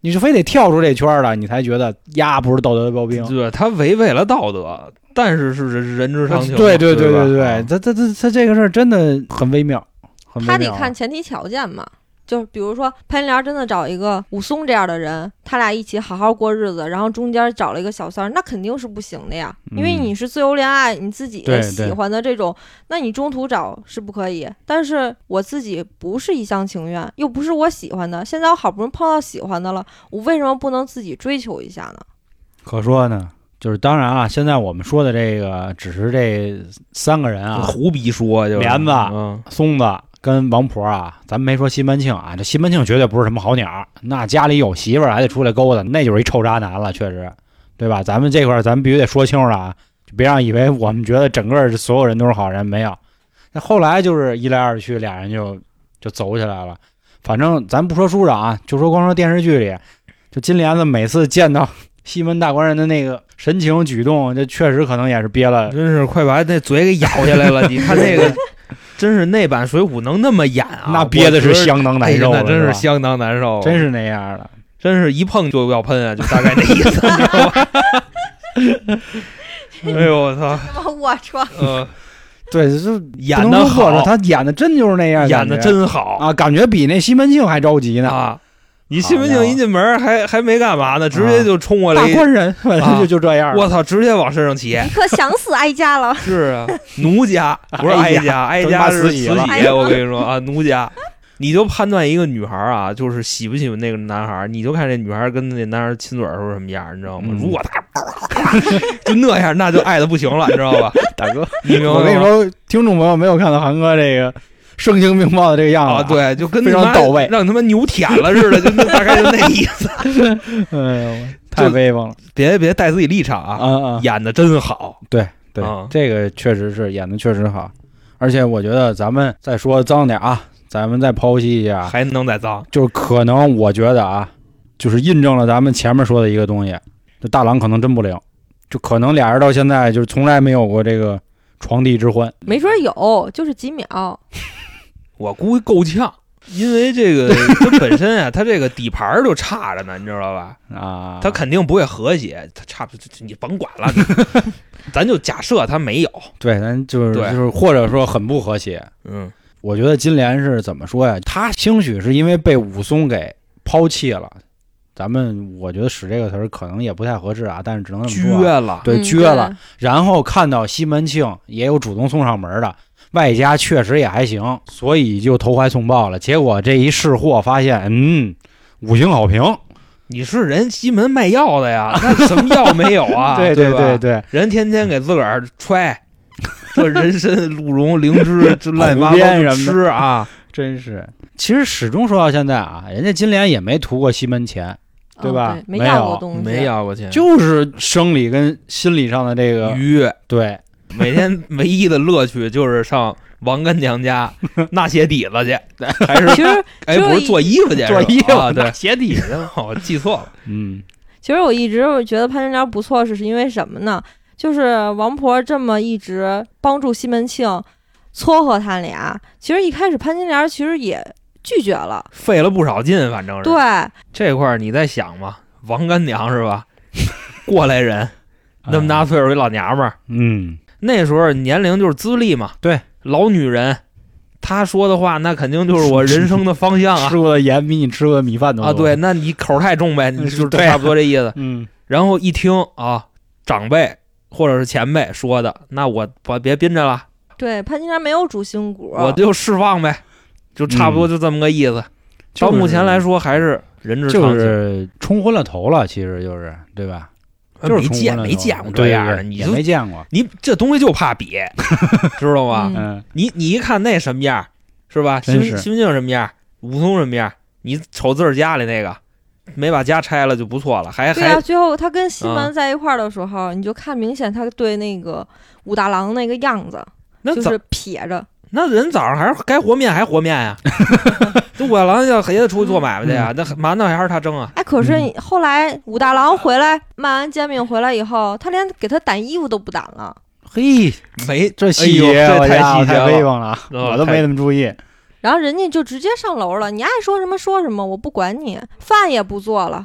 A: 你是非得跳出这圈儿了，你才觉得呀不是道德标兵。
B: 对，他违背了道德，但是是人人之常情嘛。
A: 嗯对对
B: 对
A: 对
B: 吧
A: 对对，
B: 啊
A: 他他他他这个事儿真的很微妙，很微
C: 他
A: 妙。啊
C: 得看前提条件嘛，就是比如说潘金莲真的找一个武松这样的人，他俩一起好好过日子，然后中间找了一个小三儿，那肯定是不行的呀，因为
A: 嗯
C: 你是自由恋爱，你自己
A: 对
C: 喜
A: 对
C: 欢的这种，那你中途找是不可以。但是我自己不是一厢情愿，又不是我喜欢的，现在我好不容易碰到喜欢的了，我为什么不能自己追求一下呢？
A: 可说呢，就是当然啊，现在我们说的这个只是这三个人啊，
B: 胡逼说就是
A: 帘子
B: 嗯，
A: 松子跟王婆啊，咱们没说西门庆啊，这西门庆绝对不是什么好鸟，那家里有媳妇儿还得出来勾搭，那就是一臭渣男了，确实，对吧？咱们这块儿咱们必须得说清楚了啊，就别让以为我们觉得整个所有人都是好人，没有。那后来就是一来二去，俩人就就走起来了。反正咱不说书上啊，就说光说电视剧里，就金莲子每次见到 (laughs) 西门大官人的那个神情举动，这确实可能也是憋了。
B: 真是快把那嘴给咬下来
A: (laughs)
B: 了。你看那个，真是那版《水浒》能那么演啊？
A: 那憋的是
B: 我觉得
A: 相当
B: 哎
A: 难
B: 呀
A: 受了，
B: 那真
A: 是
B: 是
A: 吧
B: 相当难受，
A: 真是那样的。
B: 真是一碰就要喷啊，就大概
A: (laughs)
B: 那意思，你知道吧？哎呦我操，
C: 那么卧
A: 哎
C: 床，
B: 呃，
A: 对，就
B: 演
A: 不能
B: 的
A: 说过了
B: 好，
A: 他演的真就是那样，
B: 演的
A: 感觉
B: 真好
A: 啊，感觉比那西门庆还着急呢。
B: 啊！你
A: 好
B: 西门
A: 家伙啊
B: 庆一进门还还没干嘛呢，直接就冲过来
A: 大
B: 一，啊
A: 官人反正就就这样。
B: 我操，直接往身上骑。
C: 你可想死哀
A: (laughs)
C: 家了。
B: 是啊， (laughs) 奴家不是哀
A: 哀
B: 家，哀
A: 真
B: 家
A: 怕
B: 是
A: 慈
B: 己
A: 禧了，
C: 哎呀
B: 我跟你说啊，奴家。你就判断一个女孩啊，就是喜不喜欢那个男孩，你就看这女孩跟那男孩亲嘴的时候什么样，你知道吗？
A: 嗯
B: 如果他 (laughs) 就那样，那就爱的不行了，你知道吧？
A: 大
B: (laughs)
A: 哥，
B: 你明白吗？
A: 我跟你说，听众朋友没有看到韩哥这个声情并茂的这个样子
B: 啊，，对，就跟
A: 非
B: 他
A: 常
B: 妈
A: 到位
B: 让他妈牛舔了似的，就那大概就那意思。 (laughs)
A: 哎呦，太威风了
B: 别别带自己立场啊，
A: 啊啊！
B: (laughs) 演的真好。
A: 对
B: 啊，
A: 这个确实是演的确实好，而且我觉得咱们再说脏点啊，咱们再剖析一下，
B: 还能再脏？
A: 就是可能我觉得啊，就是印证了咱们前面说的一个东西，就大郎可能真不灵，就可能俩人到现在就是从来没有过这个床笫之欢。
C: 没准有，就是几秒。
B: 我估计够呛，因为
A: (laughs)
B: 这个它本身啊，它这个底盘儿就差着呢，你知道吧？
A: 啊，
B: 它肯定不会和谐，它差不你甭管了，
A: (laughs)
B: 你咱就假设它没有。
A: 对，咱就是
B: 对
A: 就是或者说很不和谐。
B: 嗯，
A: 我觉得金莲是怎么说呀？她兴许是因为被武松给抛弃了，咱们我觉得使这个词儿可能也不太合适啊，但是只能这么说啊、
B: 撅了，
A: 对，
C: 嗯
A: 撅了。，然后看到西门庆也有主动送上门的，外加确实也还行，所以就投怀送抱了。结果这一试货发现，嗯，五星好评，
B: 你是人西门卖药的
A: (laughs)
B: 呀，那什么药没有啊？
A: 对
B: 对吧
A: 对对，
B: 人天天给自个儿
A: (laughs)
B: 揣，这人参、鹿茸、灵芝，这乱七八
A: 胡
B: 糟
A: 编
B: 就
A: 什么
B: 吃啊。
A: 真是。其实始终说到现在啊，人家金莲也没图过西门钱，
C: 嗯
A: 对吧
C: 没
A: 没
C: 要
A: 有
C: 过东西，
B: 没要过钱，
A: 就是生理跟心理上的这个
B: 愉悦。
A: 对，(laughs)
B: 每天唯一的乐趣就是上王干娘家纳鞋底子去，还是
C: (laughs) 其实，
B: 哎
C: 只有
B: 不是
C: 一
B: 做衣服去，
A: 做
B: 是吧
A: 衣服
B: (laughs) 啊对
A: 拿，鞋底子，
B: 我记错了，
A: 嗯，
C: 其实我一直觉得潘金莲不错，是是因为什么呢？就是王婆这么一直帮助西门庆撮合他俩。其实一开始潘金莲其实也拒绝了，
B: 费了不少劲，反正是
C: 对，
B: 这块儿你在想嘛，王干娘是吧？ (laughs) 过来人，那么大
A: 啊，
B: 岁数一老娘们儿，
A: 嗯，
B: 那时候年龄就是资历嘛，
A: 对，
B: 老女人，她说的话那肯定就是我人生的方向啊
A: 吃过的盐比你吃过的米饭都多
B: 啊，对，，那你口儿太重呗，你就是
A: 嗯对
B: 差不多这意思。
A: 嗯，
B: 然后一听啊，长辈或者是前辈说的，那我把别憋着了，
C: 对，潘金莲没有主心骨，
B: 我就释放呗，就差
A: 嗯
B: 不多就这么个意思。到目前来说，还是人之常
A: 就
B: 情，
A: 是冲昏了头了，其实就是对吧？就是
B: 呃没
A: 冲昏
B: 见
A: 了
B: 没
A: 头
B: 见过这
A: 对
B: 样
A: 对
B: 的，你
A: 也
B: 就
A: 没见过，
B: 你这东西就怕比，
A: (laughs)
B: 知道吗？
C: 嗯
A: 嗯，
B: 你你一看那什么样，是吧？西
A: 真
B: 门
A: 是
B: 西门庆什么样，武松什么样，你瞅自个儿家里那个，没把家拆了就不错了，还
C: 对啊呀、
B: 还
C: 最后他跟西
B: 啊
C: 门在一块儿的时候，你就看明显他对那个武大郎那个样子，
B: 那
C: 就
B: 早
C: 是撇着。
B: 那人早上还是该和面还和
A: (laughs)
B: 面呀、这武大郎要也得出去做买卖去呀、那馒头还是他蒸啊？
C: 哎，可是
A: 嗯
C: 后来武大郎回来卖完煎饼回来以后，他连给他掸衣服都不掸了。
A: 嘿，
B: 没，
A: 这细
B: 哎呦
A: 节，
B: 这
A: 我
B: 太
A: 家伙
B: 细节了
A: 太威风
B: (laughs)
A: 了啊，
B: 哦
A: 我都没怎么注意，
B: (laughs)
C: 然后人家就直接上楼了，你爱说什么说什么，我不管你，饭也不做了，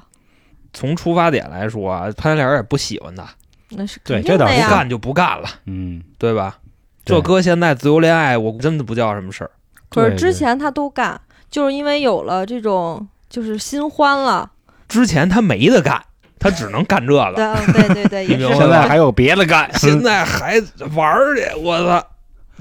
B: 从出发点来说啊，潘金莲也不喜欢他，
C: 那是
A: 对
C: 肯定
A: 这倒
C: 的
A: 是
B: 不
C: 呀。
B: 干就不干了，
A: 嗯，
B: 对吧？
A: 对
B: 这搁现在自由恋爱，我真的不叫什么事儿。
C: 可是
A: 对
C: 之
A: 对
C: 前他都干，就是因为有了这种就是新欢
A: (laughs)
C: 了。
B: 之前他没得干，他只能干这个。
C: 对哦对对对，也
B: 你明
C: 是
B: 白
A: 现在
B: 吧
A: 还有别的干，
B: (laughs) 现在还玩儿去，我操，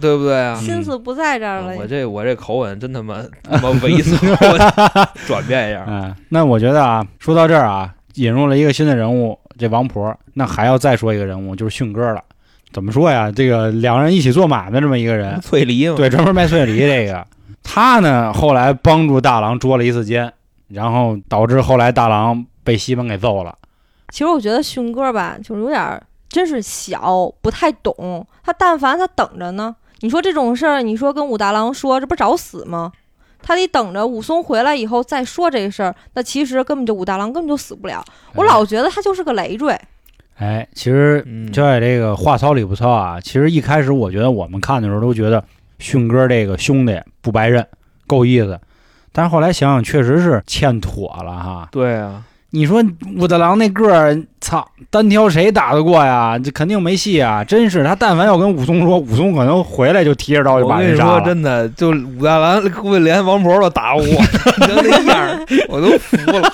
B: 对不对啊？
C: 心思不在这儿
A: 嗯
C: 了。
B: 我这我这口吻真他妈他妈猥 (laughs) 琐，我转变一下。
A: 嗯，那我觉得啊，说到这儿啊，引入了一个新的人物，这王婆。那还要再说一个人物，就是迅哥了。怎么说呀？这个两人一起做买卖这么一个
B: (laughs)
A: 人，
B: 翠嗯梨嘛，
A: 对，专门卖碎梨这个。他呢，后来帮助大郎捉了一次奸，然后导致后来大郎被西门给揍了。
C: 其实我觉得迅哥吧，就是有点儿真是小，不太懂。他但凡他等着呢，你说这种事儿，你说跟武大郎说，这不找死吗？他得等着武松回来以后再说这事儿，那其实根本就武大郎根本就死不了。我老觉得他就是个累赘，
A: 哎，其实
B: 嗯，
A: 就在这个话糙理不糙啊，其实一开始我觉得我们看的时候都觉得迅哥这个兄弟不白认，够意思。但是后来想想，确实是欠妥了哈。
B: 对啊，
A: 你说武大郎那个儿，操，单挑谁打得过呀？这肯定没戏啊！真是他，但凡要跟武松说，武松可能回来就提着刀就
B: 我
A: 把
B: 跟
A: 人
B: 你
A: 杀
B: 说，
A: 了。
B: 真的，就武大郎估计连王婆都打 (laughs) 不过，就那样儿，我都服了。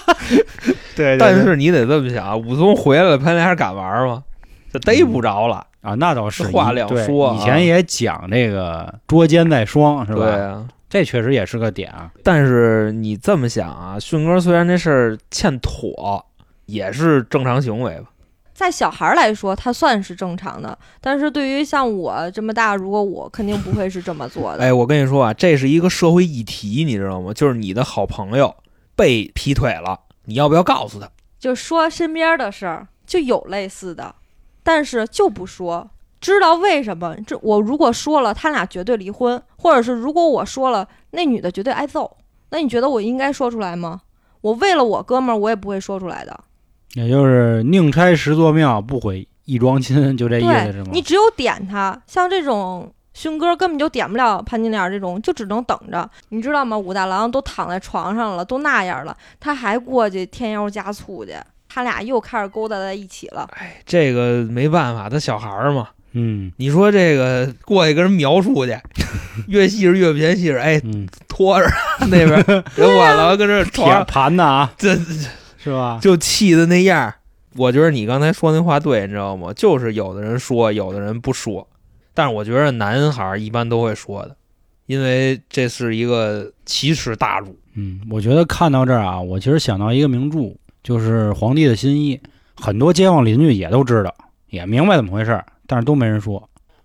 A: 对
B: 但是你得这么想，武松回来了，潘家还敢玩吗？这逮不着了，
A: 啊，那倒是
B: 话两
A: 对
B: 说啊
A: 以前也讲这个捉奸在双，是
B: 对
A: 吧？
B: 啊。
A: 这确实也是个点啊。
B: 但是你这么想啊，迅哥虽然这事儿欠妥，也是正常行为吧？
C: 在小孩儿来说，他算是正常的，但是对于像我这么大，如果我肯定不会是这么做的。
B: 哎，我跟你说啊，这是一个社会议题，你知道吗？就是你的好朋友被劈腿了，你要不要告诉他？
C: 就说身边的事儿，就有类似的，但是就不说。知道为什么？这我如果说了，他俩绝对离婚，或者是如果我说了，那女的绝对挨揍。那你觉得我应该说出来吗？我为了我哥们儿，我也不会说出来的。
A: 也就是宁拆十座庙，不毁一桩亲，就这意思
C: 对
A: 是吗？
C: 你只有点他，像这种勋哥根本就点不了潘金莲这种，就只能等着，你知道吗？武大郎都躺在床上了，都那样了，他还过去添油加醋去，他俩又开始勾搭在一起了。
B: 哎，这个没办法，他小孩儿嘛。
A: 嗯
B: 你说这个过去跟人描述去， (laughs) 越细致越偏细致，哎，
A: 嗯，
B: 拖着 (laughs) 那边儿人 (laughs) 我了，跟这儿
A: 铁
B: 床
A: 盘的啊，
B: 这
A: 是吧？
B: 就气的那样儿。我觉得你刚才说那话对，你知道吗？就是有的人说，有的人不说，但是我觉得男孩儿一般都会说的，因为这是一个奇耻大辱。
A: 嗯，我觉得看到这儿啊，我其实想到一个名著，就是《皇帝的新衣》，很多街坊邻居也都知道，也明白怎么回事儿，但是都没人说，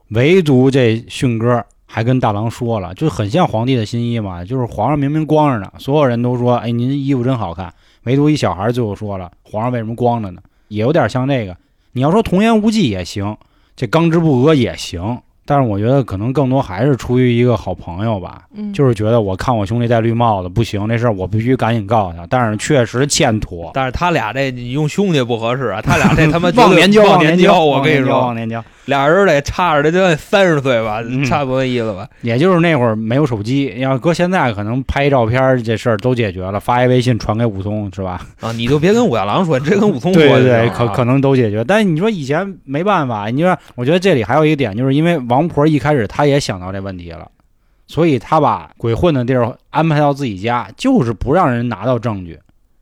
A: 唯独这迅哥还跟大郎说了，就很像《皇帝的新衣》嘛，就是皇上明明光着呢，所有人都说，哎，您衣服真好看，唯独一小孩最后说了，皇上为什么光着呢？也有点像这个，你要说童言无忌也行，这刚直不阿也行，但是我觉得可能更多还是出于一个好朋友吧，
C: 嗯，
A: 就是觉得我看我兄弟戴绿帽子不行，这事儿我必须赶紧告诉他，但是确实欠妥。
B: 但是他俩这你用兄弟不合适啊，他俩
A: (laughs)
B: 这他妈
A: 忘年交，
B: 忘
A: 年
B: 交，我
A: 忘
B: 跟
A: 年
B: 你
A: 交
B: 说
A: 忘，年交。
B: 俩人得差着得将近三十岁吧，
A: 嗯
B: 差不多那意思吧。
A: 也就是那会儿没有手机，要搁现在可能拍一照片儿这事儿都解决了，发一微信传给武松是吧？
B: 啊，你就别跟武大郎说，你直接跟武松说
A: 对
B: 就
A: 对
B: 行了
A: 对，
B: 啊。
A: 可可能都解决。但是你说以前没办法，你说我觉得这里还有一点，就是因为王婆一开始她也想到这问题了，所以她把鬼混的地儿安排到自己家，就是不让人拿到证据，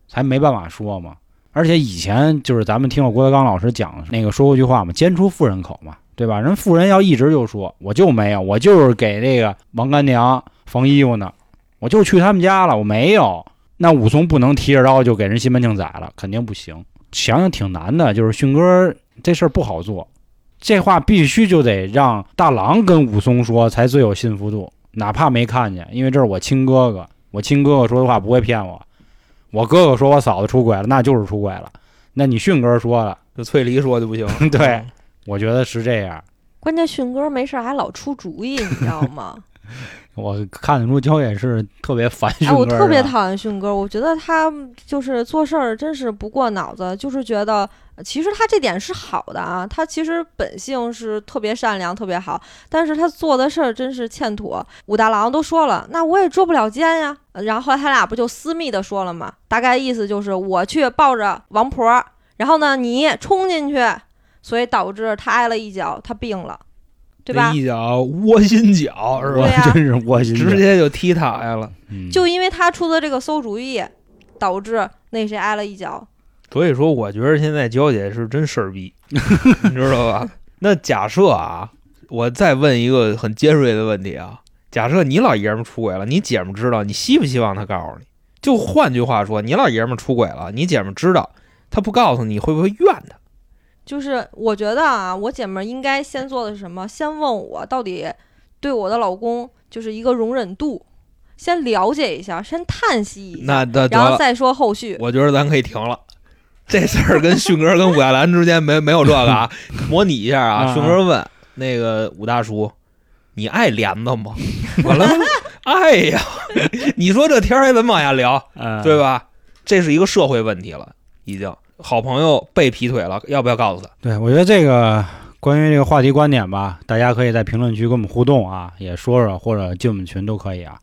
A: 才没办法说嘛。而且以前就是咱们听过郭德纲老师讲那个说过一句话嘛，“奸出妇人口”嘛，对吧？人妇人要一直就说我就没有，我就是给这个王干娘缝衣服呢，我就去他们家了，我没有。那武松不能提着刀就给人西门庆宰了，肯定不行。想想挺难的，就是迅哥这事儿不好做，这话必须就得让大郎跟武松说才最有信服度，哪怕没看见，因为这是我亲哥哥，我亲哥哥说的话不会骗我，我哥哥说我嫂子出轨了，那就是出轨了，那你迅哥说了，。
B: 就翠梨说就不行
A: (laughs) 对，我觉得是这样，
C: 关键迅哥没事儿还老出主意，你知道吗？
A: 我看得出焦也是特别烦迅
C: 哎，
A: 哥，
C: 我特别
A: 是吧
C: 讨厌迅哥，我觉得他就是做事儿真是不过脑子，就是觉得呃其实他这点是好的啊，他其实本性是特别善良、特别好，但是他做的事儿真是欠妥。武大郎都说了，那我也捉不了奸呀。然后他俩不就私密的说了吗？大概意思就是我去抱着王婆，然后呢你冲进去，所以导致他挨了一脚，他病了，对吧
B: 这？一脚窝心脚是
A: 我
B: 吧
C: 对？呀
A: 真是窝心的，
C: (laughs)
B: 直接就踢躺下了。
A: (laughs) 嗯
C: 就因为他出的这个馊主意，导致那谁挨了一脚。
B: 所以说，我觉得现在娇姐是真事儿逼，你知道吧？那假设啊，我再问一个很尖锐的问题啊，假设你老爷们儿出轨了，你姐们儿知道，你希不希望她告诉你？就换句话说，你老爷们儿出轨了，你姐们儿知道，她不告诉你，会不会怨她？
C: 就是我觉得啊，我姐们儿应该先做的是什么？先问我到底对我的老公就是一个容忍度，先了解一下，先叹息一下，
B: 那那得
C: 然后
B: 了，
C: 再说后 (laughs) 续。
B: 我觉得咱可以停了。这事儿跟迅哥跟武亚兰之间没没有这个啊，模拟一下啊。
A: 啊
B: 迅哥问那个武大叔，你爱帘子吗？”我了，爱呀！你说这天还怎么往下聊，
A: 嗯，
B: 对吧？这是一个社会问题了，已经。好朋友被劈腿了，要不要告诉他？
A: 对，我觉得这个关于这个话题观点吧，大家可以在评论区跟我们互动啊，也说说或者进我们群都可以啊。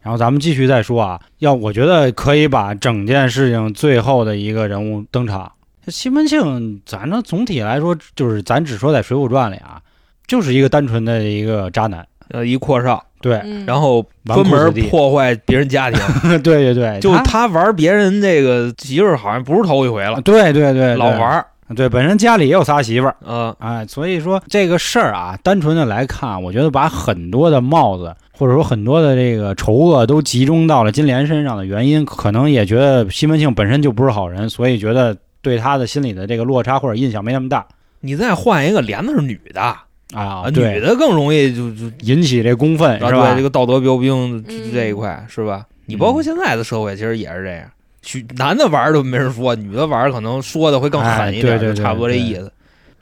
A: 然后咱们继续再说啊，要我觉得可以把整件事情最后的一个人物登场，西门庆，咱呢总体来说就是咱只说在《水浒传》里啊，就是一个单纯的一个渣男，
B: 呃，一阔少，
A: 对，
C: 嗯，
B: 然后
A: 纨绔
B: 专
A: 子
B: 门
A: 弟，
B: 破坏别人家庭，
A: 对 (laughs) 对对，
B: 就
A: 哎他
B: 他玩别人这个媳妇儿，好像不是头一回了，
A: 对对对，
B: 老玩儿，
A: 对，对，本身家里也有仨媳妇儿，
B: 嗯
A: 哎，所以说这个事儿啊，单纯的来看，我觉得把很多的帽子或者说很多的这个丑恶都集中到了金莲身上的原因，可能也觉得西门庆本身就不是好人，所以觉得对他的心里的这个落差或者印象没那么大
B: 你再换一个，帘子是女的，
A: 啊
B: 啊，女
A: 对，
B: 的更容易就就
A: 引起这公愤
B: 啊，
A: 是吧？
B: 对这个道德标兵这
C: 嗯
B: 这一块是吧？你
A: 嗯
B: 包括现在的社会，其实也是这样，许男的玩儿都没人说，女的玩儿可能说的会更狠一点，
A: 哎对对对
B: 就差不多这意思。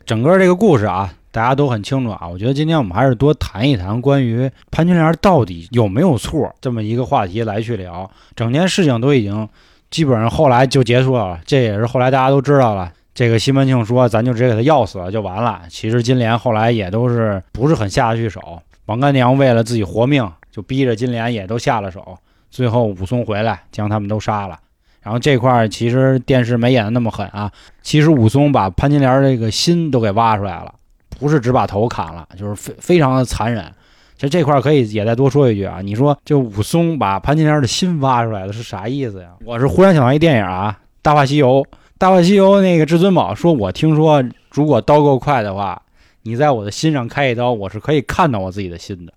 A: 整个这个故事啊，大家都很清楚啊。我觉得今天我们还是多谈一谈关于潘金莲到底有没有错这么一个话题来去聊。整件事情都已经基本上后来就结束了，这也是后来大家都知道了。这个西门庆说，咱就直接给他要死了就完了。其实金莲后来也都是不是很下得去手，王干娘为了自己活命，就逼着金莲也都下了手。最后武松回来将他们都杀了。然后这块儿其实电视没演的那么狠啊，其实武松把潘金莲这个心都给挖出来了，不是只把头砍了，就是非非常的残忍。其实这块儿可以也再多说一句啊，你说这武松把潘金莲的心挖出来了是啥意思呀？我是忽然想到一电影啊，《大话西游》。《大话西游》那个至尊宝说：“我听说如果刀够快的话，你在我的心上开一刀，我是可以看到我自己的心的。”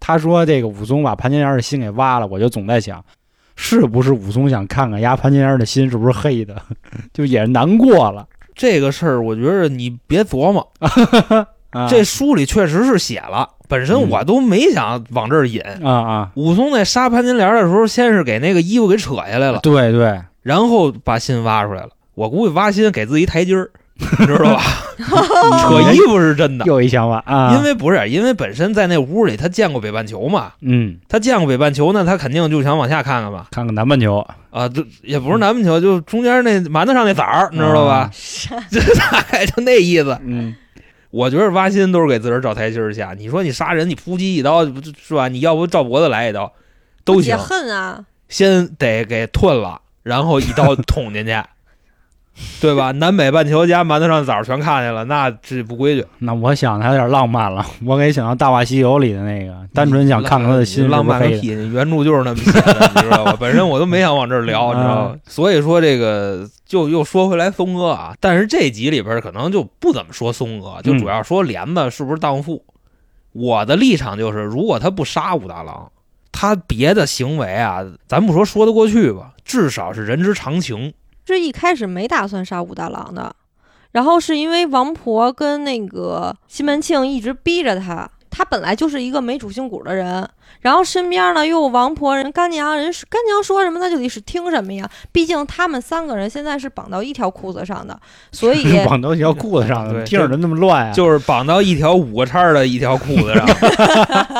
A: 他说这个武松把潘金莲的心给挖了，我就总在想， (laughs) 是不是武松想看看压潘金莲的心是不是黑的， (laughs) 就也难过了。
B: 这个事儿，我觉得你别琢磨，
A: (laughs) 啊嗯
B: 这书里确实是写了，本身我都没想往这儿引。
A: 啊啊，
B: 武松在杀潘金莲的时候，先是给那个衣服给扯下来了，
A: 对对，
B: 然后把心挖出来了。我估计挖心给自己一台阶儿，你知道吧？
A: (laughs)
B: 扯衣服是真的，
A: 又一想法啊，
B: 因为不是因为本身在那屋里他见过北半球嘛，
A: 嗯，
B: 他见过北半球呢，他肯定就想往下看看嘛。
A: 看看南半球，
B: 啊，这也不是南半球，就中间那馒头上那枣儿，你知道吧？ (laughs) 这大概就那意思。
A: 嗯，
B: 我觉得挖心都是给自个儿找台阶儿下。你说你杀人，你扑击一刀，不就是吧？你要不照脖子来一刀，都
C: 解
B: 行。
C: 恨啊，
B: 先得给吞了，然后一刀捅进去，对吧？南北半球加馒头上枣儿全看见了，那这不规矩。
A: 那我想的还有点浪漫了， (laughs) 我给想到《大话西游》里的那个，单纯想看看他的心是
B: 嗯浪
A: 不是
B: 漫个
A: 黑的。
B: 屁！原著就是那么写的， (laughs) 你知道吧？本身我都没想往这儿聊，你知道
A: 啊
B: 吗？所以说这个就又说回来松哥啊，但是这集里边可能就不怎么说松哥，
A: 嗯
B: 就主要说莲子是不是荡妇。我的立场就是，如果他不杀武大郎，他别的行为啊，咱不说说得过去吧，至少是人之常情。
C: 这一开始没打算杀武大郎的，然后是因为王婆跟那个西门庆一直逼着他，他本来就是一个没主心骨的人，然后身边呢又有王婆人干娘人是干娘说什么他就得是听什么呀，毕竟他们三个人现在是绑到一条裤子上的，所
A: (laughs)
C: 以
A: 绑到一条裤子上的，
B: 对
A: 听着怎么那么乱啊？
B: 就是绑到一条五个叉儿的一条裤子上，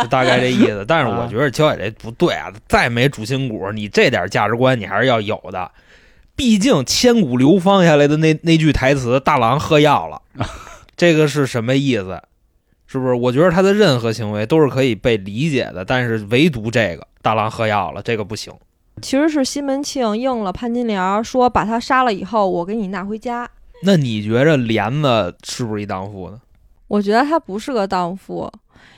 B: 就大概这意思。但是我觉得焦姐这不对啊，再没主心骨，你这点价值观你还是要有的。毕竟千古流芳下来的那那句台词“大郎喝药了”，这个是什么意思？是不是？我觉得他的任何行为都是可以被理解的，但是唯独这个“大郎喝药了”这个不行。
C: 其实是西门庆应了潘金莲儿，说把他杀了以后，我给你拿回家。
B: 那你觉着莲子是不是一荡妇呢？
C: 我觉得他不是个荡妇，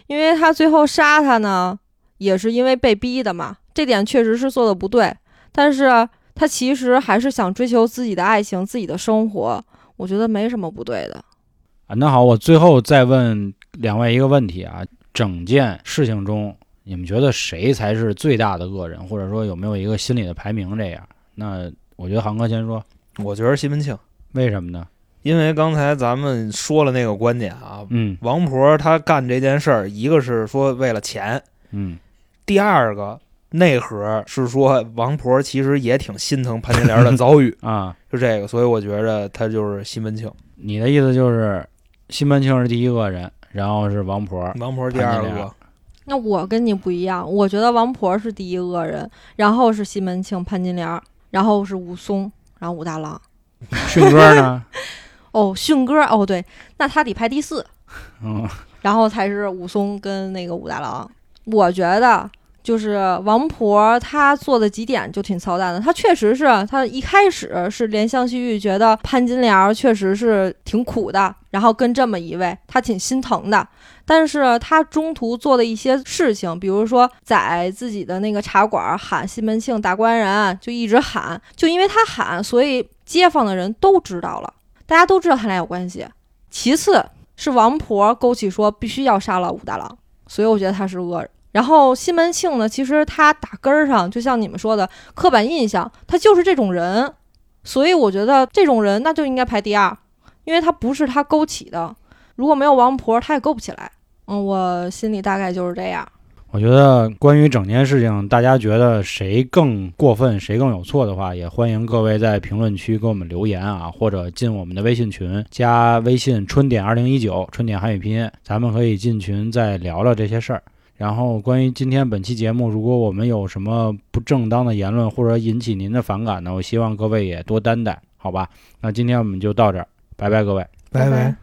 C: 因为他最后杀他呢，也是因为被逼的嘛，这点确实是做的不对。但是他其实还是想追求自己的爱情、自己的生活，我觉得没什么不对的。
A: 啊，那好，我最后再问两位一个问题啊，整件事情中，你们觉得谁才是最大的恶人，或者说有没有一个心理的排名这样？那我觉得航哥先说，
B: 我觉得西门庆，
A: 为什么呢？
B: 因为刚才咱们说了那个观点啊，
A: 嗯
B: 王婆她干这件事儿，一个是说为了钱，
A: 嗯，
B: 第二个内核是说王婆其实也挺心疼潘金莲的遭遇
A: (laughs) 啊，
B: 就这个，所以我觉着她就是西门庆，
A: 你的意思就是西门庆是第一恶人，然后是王婆， (laughs)
B: 王婆第二
A: 潘金莲
B: 个，
C: 那我跟你不一样，我觉得王婆是第一恶人，然后是西门庆、潘金莲，然后是武松，然后武大郎。
A: 迅哥 (laughs) 呢？
C: 哦，迅哥，哦对，那他得排第四，
A: 嗯，
C: 然后才是武松跟那个武大郎。我觉得就是王婆她做的几点就挺操蛋的，她确实是她一开始是怜香惜玉，觉得潘金莲儿确实是挺苦的，然后跟这么一位，她挺心疼的。但是她中途做的一些事情，比如说在自己的那个茶馆儿喊西门庆打官人，就一直喊，就因为她喊，所以街坊的人都知道了，大家都知道他俩有关系。其次是王婆勾起说必须要杀了武大郎，所以我觉得他是恶人。然后西门庆呢，其实他打根儿上，就像你们说的刻板印象，他就是这种人，所以我觉得这种人那就应该排第二，因为他不是他勾起的，如果没有王婆，他也勾不起来。嗯，我心里大概就是这样。
A: 我觉得关于整件事情，大家觉得谁更过分，谁更有错的话，也欢迎各位在评论区给我们留言啊，或者进我们的微信群，加微信“春点二零一九”，春点汉语拼音，咱们可以进群再聊聊这些事儿。然后，关于今天本期节目，如果我们有什么不正当的言论或者引起您的反感呢，我希望各位也多担待，好吧？那今天我们就到这儿，拜拜，各位。
C: 拜拜